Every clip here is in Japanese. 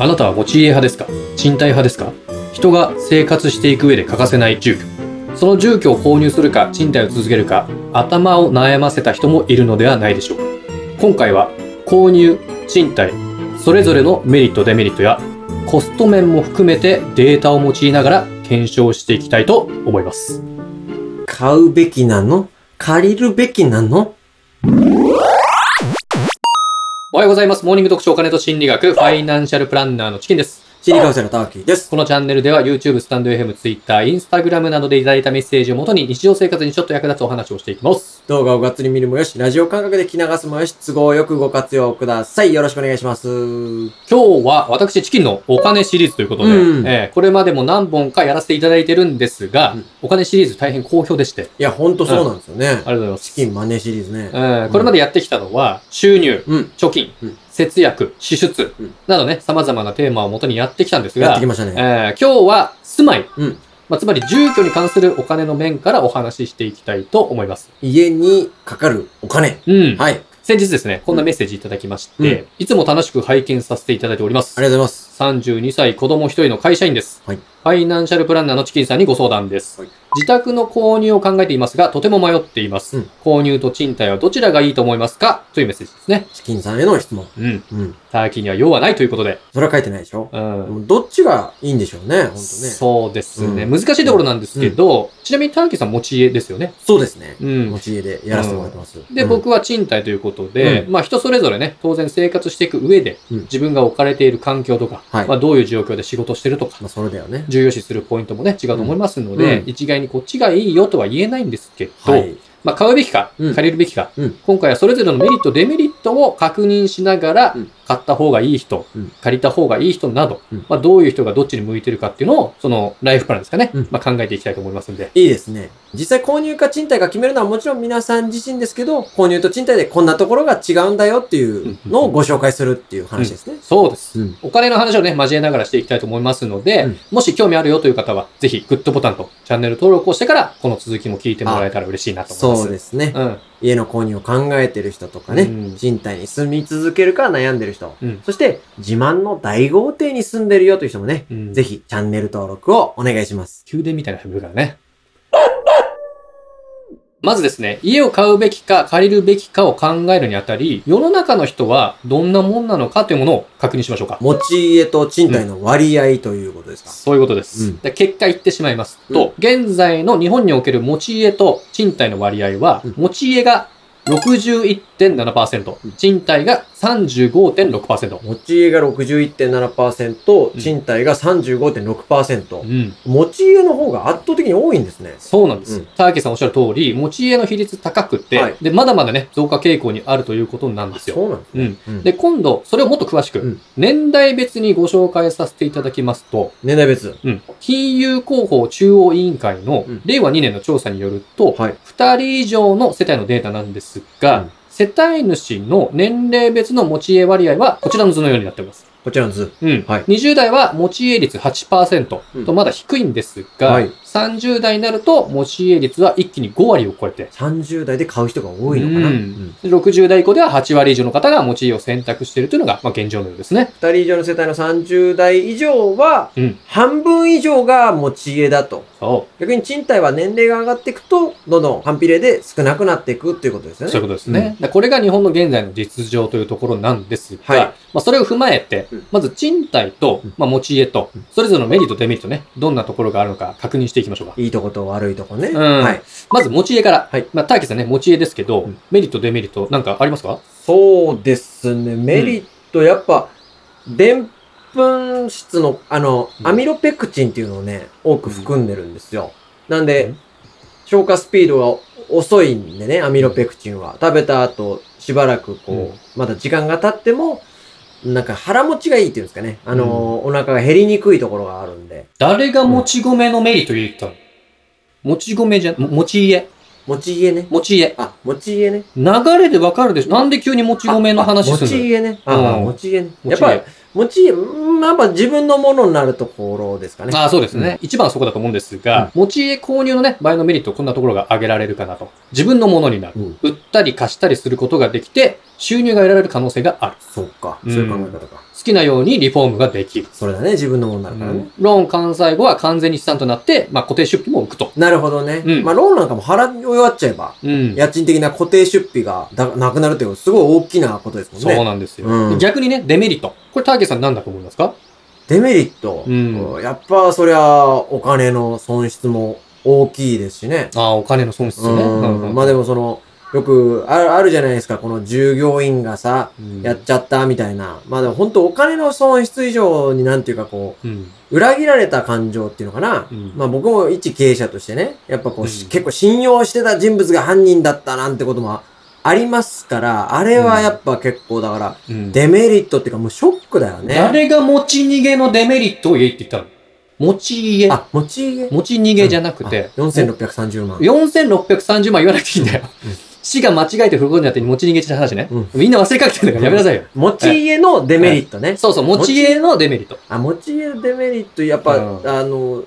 あなたは持ち家派ですか賃貸派ですか人が生活していく上で欠かせない住居。その住居を購入するか賃貸を続けるか、頭を悩ませた人もいるのではないでしょうか。今回は購入、賃貸、それぞれのメリット、デメリットやコスト面も含めてデータを用いながら検証していきたいと思います。買うべきなの借りるべきなのおはようございます。モーニング特集お金と心理学、ファイナンシャルプランナーのチキンです。シリカウセのターキーです。このチャンネルでは YouTube、スタンド FM、Twitter、Instagram などでいただいたメッセージをもとに日常生活にちょっと役立つお話をしていきます。動画をがっつり見るもよし、ラジオ感覚で聞き流すもよし、都合よくご活用ください。よろしくお願いします。今日は私、チキンのお金シリーズということで、うんえーこれまでも何本かやらせていただいてるんですが、うんお金シリーズ大変好評でして、いや、ほんとそうなんですよねあ。りがとうございます。チキンマネーシリーズねえ。ーこれまでやってきたのは、収入、うん。貯金、うん節約、支出うんなどね、様々なテーマをもとにやってきたんですやっがてき、ましたね。えー今日は住まい、うんまあ、つまり住居に関するお金の面からお話ししていきたいと思います。家にかかるお金。うん、はい。あり先日ですね、こんなメッセージいただきまして、ういつも楽しく拝見させていただいております。がとうございます。 32歳子供一人の会社員です、はいファイナンシャルプランナーのチキンさんにご相談です。はい自宅の購入を考えていますが、とても迷っています。うん購入と賃貸はどちらがいいと思いますかというメッセージですね。チキンさんへの質問。うん。うん。ターキーには用はないということで。それは書いてないでしょうん。どっちがいいんでしょうね、ほんとね。そうですね、うん難しいところなんですけど、ちなみにターキーさん持ち家ですよね。そうですね。うん持。ち家でやらせてもらってます。で、うん、僕は賃貸ということで、うまあ人それぞれね、当然生活していく上で、うん自分が置かれている環境とか、はいまあどういう状況で仕事してるとか、まあ、それだよね。重要視するポイントもね、違うと思いますので、うん一概にこっちがいいよとは言えないんですけど、はい。まあ買うべきか、うん借りるべきか、うん今回はそれぞれのメリット、デメリットを確認しながら、うん買った方がいい人、うん借りた方がいい人など、うんまあどういう人がどっちに向いてるかっていうのを、そのライフプランですかね、うんまあ考えていきたいと思いますんで。いいですね。実際購入か賃貸か決めるのはもちろん皆さん自身ですけど、購入と賃貸でこんなところが違うんだよっていうのをご紹介するっていう話ですね。そうです。うん。お金の話をね、交えながらしていきたいと思いますので、うんもし興味あるよという方は、ぜひグッドボタンとチャンネル登録をしてから、この続きも聞いてもらえたら嬉しいなと思います。そうですね。うん。家の購入を考えてる人とかね、うん賃貸に住み続けるか悩んでる人、うんそして自慢の大豪邸に住んでるよという人もね、うんぜ。ひチャンネル登録をお願いします。宮殿みたいな人もいるからね。まずですね、家を買うべきか借りるべきかを考えるにあたり、世の中の人はどんなもんなのかというものを確認しましょうか。持ち家と賃貸の割合ということですか、そういうことです。うんで結果言ってしまいますと、現在の日本における持ち家と賃貸の割合は、うん持ち家が61.7%、うん賃貸が35.6%。持ち家が61.7%、賃貸が35.6%。うん。持ち家の方が圧倒的に多いんですね。そうなんです。うんターキーさんおっしゃる通り、持ち家の比率高くて、はいで、まだまだね、増加傾向にあるということなんですよ。そうなんですうね。ん。うんで、今度、それをもっと詳しく、うん年代別にご紹介させていただきますと、年代別。うん、金融広報中央委員会のうん令和2年の調査によると、はい2人以上の世帯のデータなんですが、うん世帯主の年齢別の持ち家割合はこちらの図のようになっています。こちらの図。うんはい20代は持ち家率8%うとんまだ低いんですが、はい30代になると持ち家率は一気に5割を超えて、 30代で買う人が多いのかな。ううんん60代以降では8割以上の方が持ち家を選択しているというのが、まあ、現状のようですね。 2人以上の世帯の30代以上はうん、半分以上が持ち家だと。そ逆に賃貸は年齢が上がっていくと、どんどん反比例で少なくなっていくっていうことですう。よね。そういうことですね。だからこれが日本の現在の実情というところなんですが、はいまあ、それを踏まえてうん、まず賃貸とうん、まあ、持ち家とうん、それぞれのメリット、デメリットね、どんなところがあるのか確認していきましょうか。いいとこと悪いとこね。うんはい。まず持ち家から。はいまあ、ターキーさんね、持ち家ですけど、うんメリット、デメリット、なんかありますかそうですね。メリット、やっぱ、でんぷん質の、あのう、んアミロペクチンっていうのをね、多く含んでるんですよ。なんうでん、消化スピードが遅いんでね、アミロペクチンは。食べた後、しばらくうこんう、まだ時間が経っても、なんか腹持ちがいいっていうんですかね。あのー、お腹が減りにくいところがあるんで。誰が持ち米のメリット言ったの持ち米じゃ、も持ち家。持ち家ね。持ち家。あ、持ち家ね。流れでわかるでしょなんで急に持ち米の話すあ持るちの家ね。あ、うん持ち家ね。持やっち家ぱ、持ち家、うんまあまあ自分のものになるところですかね。ああ、そうですね。一番はそこだと思うんですが、持ち家購入のね、場合のメリット、こんなところが挙げられるかなと。自分のものになる。うん。売ったり貸したりすることができて、収入が得られる可能性がある。そっか。うそんういう考え方か。好きなようにリフォームができる。それだね、自分のものになるからね。ローン完済後は完全に資産となって、まあ固定出費も浮くと。なるほどね。うんまあ、ローンなんかも払い終わっちゃえば、うん。家賃的な固定出費がだなくなるという、すごい大きなことですもんそね。うなんですよ。うん逆にね、デメリット。これ、ターゲさん何だと思いますかデメリット。うんやっぱ、そりゃ、お金の損失も大きいですしね。ああ、お金の損失ね。うん。まあでもその、よくある、あるじゃないですか、この従業員がさ、うんやっちゃったみたいな。まあでも本当お金の損失以上になんていうかこうん。う、裏切られた感情っていうのかな。うんまあ僕も一経営者としてね、やっぱこうんう、結構信用してた人物が犯人だったなんてこともありますから、あれはやっぱ結構だから、うんデメリットっていうかもうショックだよね。誰が持ち逃げのデメリットを言えって言ったの持ち家。あ、持ち家持ち逃げじゃなくて、あ4630万。 4630万言わなくていいんだようんうん。死が間違えて不合になって持ち逃げした話ねうん。みんな忘れかけてるからやめなさいよ。持ち家のデメリットね。そうそう、持ち家のデメリット。あ、持ち家のデメリット、やっぱ、うんあの、う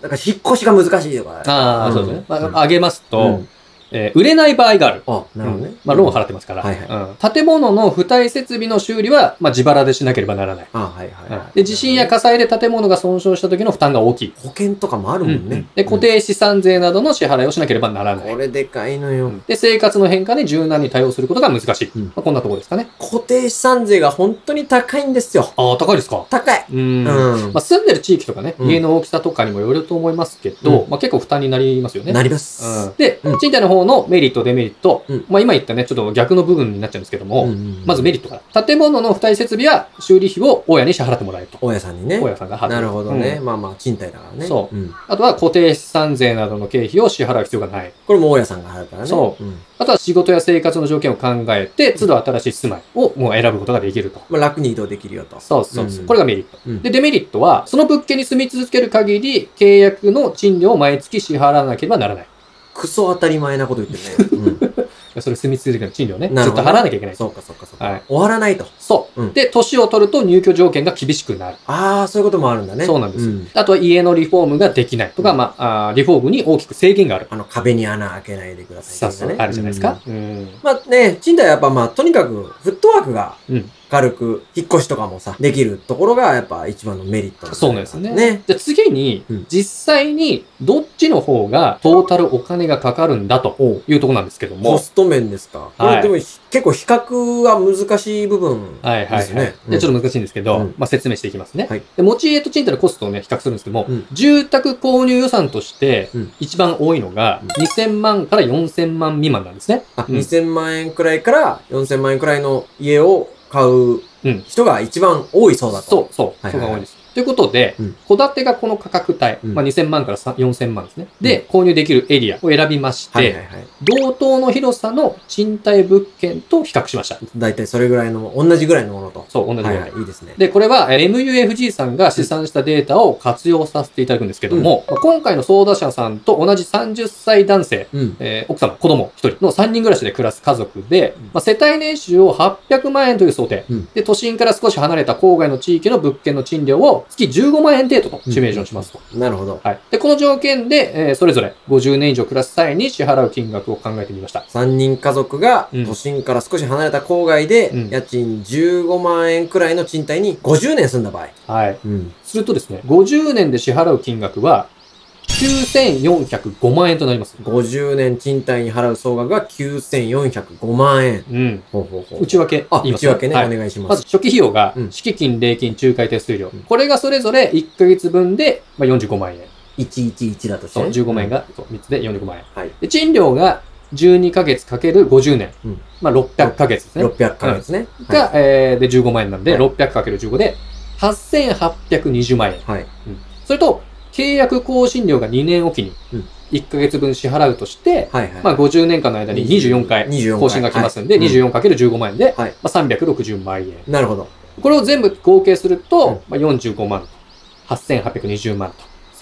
なんか引っ越しが難しいとか。ああ、んそうですね。まうんあ、あげますうとん、えー売れない場合がある。あ、なるほどうねん。まあ、ローン払ってますから。はいはうん建物の付帯設備の修理は、まあ、自腹でしなければならない。あ、はいはいはい。で、地震や火災で建物が損傷した時の負担が大きい。保険とかもあるもんうねん。で、固定資産税などの支払いをしなければならうん。ないこ。れでかいのうよ。んで、生活の変化に柔軟に対応することが難しい。うんまあこんなところですかね。固定資産税が本当に高いんですよ。ああ、高いですか。高い。うー。うんん。まあ、住んでる地域とかね、うん家の大きさとかにもよると思いますけど、うまあ、結構負担になりますよね。なりまうすん。。でう、ん賃貸の方のメリット、デメリットうん、まあ、今言ったね、ちょっと逆の部分になっちゃうんですけどうんも、うんまずメリットから。建物の付帯設備や修理費を大家に支払ってもらえると。大家さんにね大。家さんが払うなるほどね。。まあまあ、賃貸だからね。。そうん。あとは固定資産税などの経費を支払う必要がない。これも大家さんが払うからね。そうん。あとは仕事や生活の条件を考えて、都度新しい住まいをもう選ぶことができると。まあ、楽に移動できるよと。そうそうそううんこれがメリット。うんで、デメリットは、その物件に住み続ける限り、契約の賃料を毎月支払わなければならない。クソ当たり前なこと言ってるね。うん。それ住み続ける賃料ね。ずっなるとほど払わなきゃいけない。そうかそうかそ うはいか。終わらないと。そう。うんで、年を取ると入居条件が厳しくなる。ああ、そういうこともあるんだね。そうなんですんあとは家のリフォームができないとか、うんまああー、リフォームに大きく制限がある。あの、壁に穴開けないでくだささいあ、とそかね、う、あるじゃないですか。うん。うん。まあね、賃貸はやっぱまあ、とにかく、フットワークがうん軽く、引っ越しとかもさ、できるところがやっぱ一番のメリットだそうなんですよね。ね。じゃあ次に、うん実際にどっちの方がトータルお金がかかるんだとおういうところなんですけどもコ。スト面ですか。こはいれでもひ結構比較は難しい部分ですね。はいはい、はいうんで。ちょっと難しいんですけど、うんまあ、説明していきますね。はいで持ち家と賃貸のコストをね、比較するんですけども、うん住宅購入予算としてうん、一番多いのが、うん2000万から4000万未満なんですね。あうん2000万円くらいから4000万円くらいの家を買ううん人が一番多いそうだと。そう、そう、はいはいはいそうが多いです。ということでうん、戸、建てがこの価格帯、うんまあ、2000万からさ4000万ですね。で、購入できるエリアを選びまして、はいはいはい。同等の広さの賃貸物件と比較しました。だいたいそれぐらいの、同じぐらいのものと。そう、同じようはにいはい、いいですね。で、これはえー MUFG さんが試算したデータを活用させていただくんですけども、まあ今回の相談者さんと同じ30歳男性、うん。えー奥様、子供1人の3人暮らしで暮らす家族でうん、まあ、世帯年収を800万円という想定、うんで、都心から少し離れた郊外の地域の物件の賃料を月15万円程度とシミュレーションしますと。なるほど。はい。で、この条件で、えーそれぞれ50年以上暮らす際に支払う金額を考えてみました。 3人家族がうん都心から少し離れた郊外で、うん家賃15万円くらいの賃貸に50年住んだ場合。はい。うん。するとですね、50年で支払う金額は、9405万円となります。 50年賃貸に払う総額が9405万円。うん。ほうほうほう。内訳。あ、言います内訳ね、はいお願いしま。ますず初期費用がう、ん敷金、礼金、仲介手数料うん。これがそれぞれ1ヶ月分で、まあ、45万円。 111だとしてそう、ね。 15万円が、そう3つで45万円。はいで、賃料が12ヶ月かける50年。うんまあ、600ヶ月ですうん。ね。 600ヶ月ね。が、えーで、15万円なんで、はい600かける15で、8820万円。はい。はい。それと、契約更新料が2年おきにうん、 1ヶ月分支払うとして、はいはい。まあ、50年間の間に24回24更新が来ますんで、はいうん24かける15万円で、まはいあ、360万円。なるほど。これを全部合計すると、まあ、45万と、8820万と、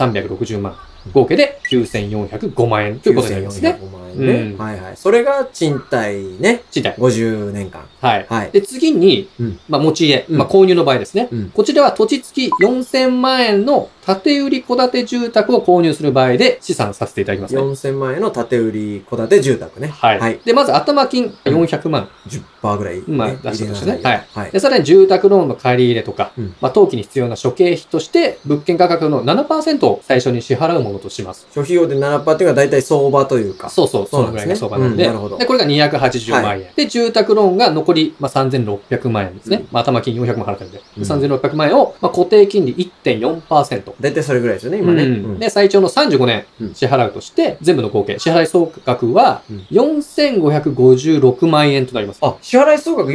360万、合計で9405万円ということになりますね。 9405万ないね。うんはいはい。それが賃貸ね、賃貸。 50年間。はい。はい。で、次にうん、まあ、持ち家、うんまあ、購入の場合ですね。うん。こちらは土地付き4000万円の建て売り戸建て住宅を購入する場合で試算させていただきますね。 4000万円の建て売り戸建て住宅ね。はい。はい。で、まず頭金400万。 10%ぐらい、ね。まあ出したとしてね入れながらはい。で、さらに住宅ローンの借り入れとか、うんまあ、当期に必要な諸経費として、物件価格の7%を最初に支払うものとします。諸費用で7%っていうのは大体相場というか。そうそう、そそうなのんぐでらいすねが相場なんで。うんなるほどで、これが280万円。で、住宅ローンが残り、まあ、3600万円ですね。うんまあ、頭金400万払ってるんで。うん3600万円を、まあ、固定金利1.4%。大体それぐらいですよね、今ね。うんうんで、最長の35年うん支払うとして、全部の合計、支払い総額はうん4556万円となります。あ、支払い総額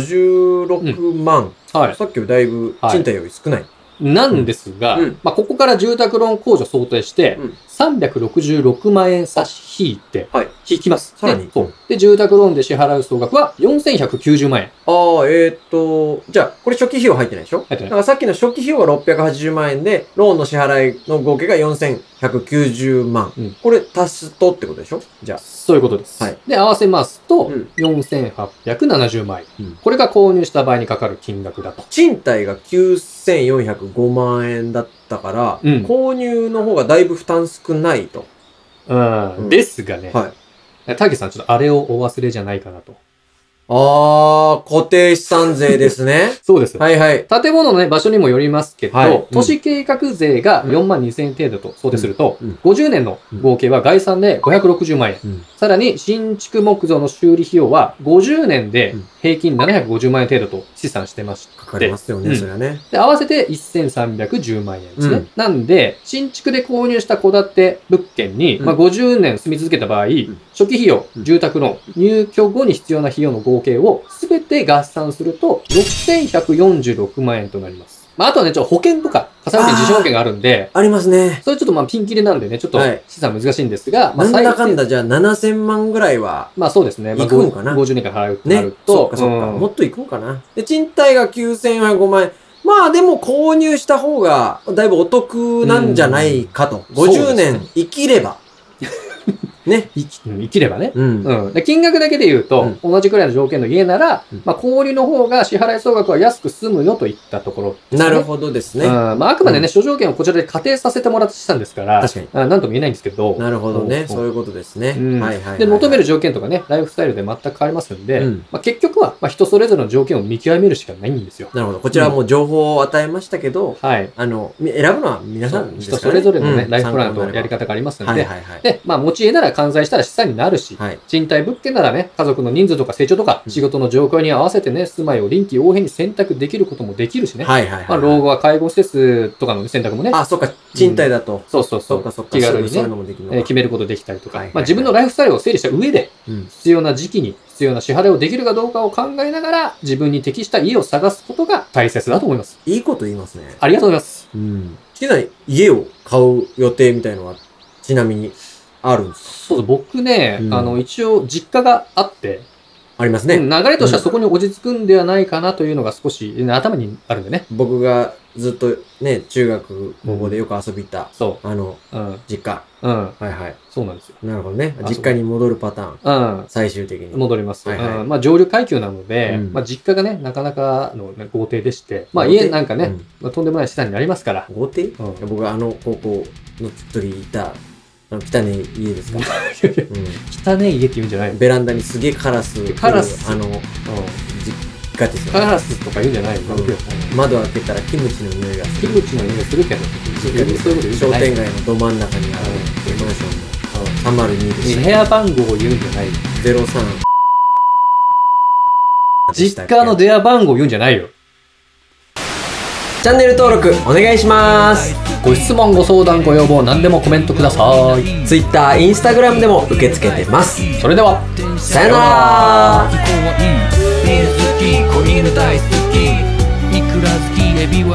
4556万。はい。さっきよりだいぶはい賃貸より少ない。なんですが、うんまあ、ここから住宅ローン控除想定して、うん366万円差し引いて、はい引きます。さらにでそうで、住宅ローンで支払う総額は4190万円。ああ、えーっと、じゃあ、これ初期費用入ってないでしょ入ってないだからさっきの初期費用が680万円で、ローンの支払いの合計が4190万。うんこれ足すとってことでしょじゃあ。そういうことです。はいで、合わせますと、うん4870万円、うんこれが購入した場合にかかる金額だと。賃貸が9405万円だったから、うん購入の方がだいぶ負担少ないと。うん。うんですがね、はい。タケさん、ちょっとあれをお忘れじゃないかなと。ああ、固定資産税で 。すねそうです。はいはい。建物の、ね、場所にもよりますけど、はいうん都市計画税が4万2000円程度と想定すると、うんうん50年の合計は概算で560万円。うんさらに新築木造の修理費用は50年でうん平均750万円程度と試算してましかかりますよね、うんそれはね。で、合わせて1310万円ですね。うんなんで、新築で購入した戸建て物件に、うんまあ、50年住み続けた場合、ん初期費用、うん住宅ローン、入居後に必要な費用の合計を全て合算すると、6146万円となります。まあ、あとはね、ちょっと保険とか、加算保険、あー自主保険があるんで、ありますね。それちょっとまあ、ピンキリなんでね、ちょっとはい資産難しいんですが、まなあ、んだかん低だじゃあ7000万ぐらいはまあそうですね。まあ、いくんかな50年間払うとなねる。と、そっかそっか。うんもっといくんかな。で、賃貸が9405万円。まあでも購入した方がだいぶお得なんじゃないかと。うん50年生き れば。ね。生きうん生きればね。うん。うん、で金額だけで言うと、同じくらいの条件の家なら、うんまあ、小売りの方が支払い総額は安く済むよといったところ、なるほどですうんね。まあ、あくまでね、うん諸条件をこちらで仮定させてもらってたんですから、確かにあなんとも言えないんですけど、なるほどね。そうそういうことですね。うんはいはいはい。で求める条件とかね、ライフスタイルで全く変わりますんで、うんまあ、結局は、まあ、人それぞれの条件を見極めるしかないんですよ。なるほど。こちらはもう情報を与えましたけど、はい。あの、み選ぶのは皆さんですか人らねそれぞれのね、うんライフプランとやり参方がありますん考にで、なればはいはいはい。で、まあ、持ち家なら換算したら資産になるし、はい。賃貸物件ならね、家族の人数とか成長とか、うん仕事の状況に合わせてね、住まいを臨機応変に選択できることもできるしね。はいはいはい。まあ、老後は介護施設とかの選択もね、あ、そっか。賃貸だと。そうそうそ、そうっかそっか。気軽にそういうね、のもできるのえーか決めることできたりとか、はいはいまあ、自分のライフスタイルを整理した上で、うん必要な時期に必要な支払いをできるかどうかを考えながら、自分に適した家を探すことが大切だと思います。いいこと言いますね。ありがとうございます。うん。好きな家を買う予定みたいのは、ちなみに、あるんですかそうそう僕ね、うんあの、一応実家があって、ありますうんね。流れとしてはそこに落ち着くんではないかなというのが少し、ね頭にあるんでね。僕がずっとね、中学、高校でよく遊び行った、そあの、う。うん。実家。うん。はいはい。そうなんですよ。なるほどねあ。実家に戻るパターン。うん。最終的に。戻ります。はいはいうんまあ、上流階級なので、うんまあ、実家がね、なかなかのね豪邸でして、まあ、豪邸家なんかね、うんまあとんでもない資産になりますから。豪う邸ん僕はあの高校の時にいた、あの、汚 い家ですかう汚い家って言うんじゃないん。のベランダにすげえカラス。カラスあの、実家ですよカね。ラスとか言うんじゃないの、うん窓開けたらキムチの匂いがすキる。ムチの匂いするけど、そういうこと言うんじゃ商ない店街のど真ん中にあるマンションの302でした部屋番号を言うんじゃないよ03でした実っけ家の電話番号を言うんじゃないよ。チャンネル登録お願いしますご質問、ご相談、ご要望、何でもコメントください。 Twitter、Instagram でも受け付けてますそれでは。さよならビール好き子犬大好きいくら好きエビは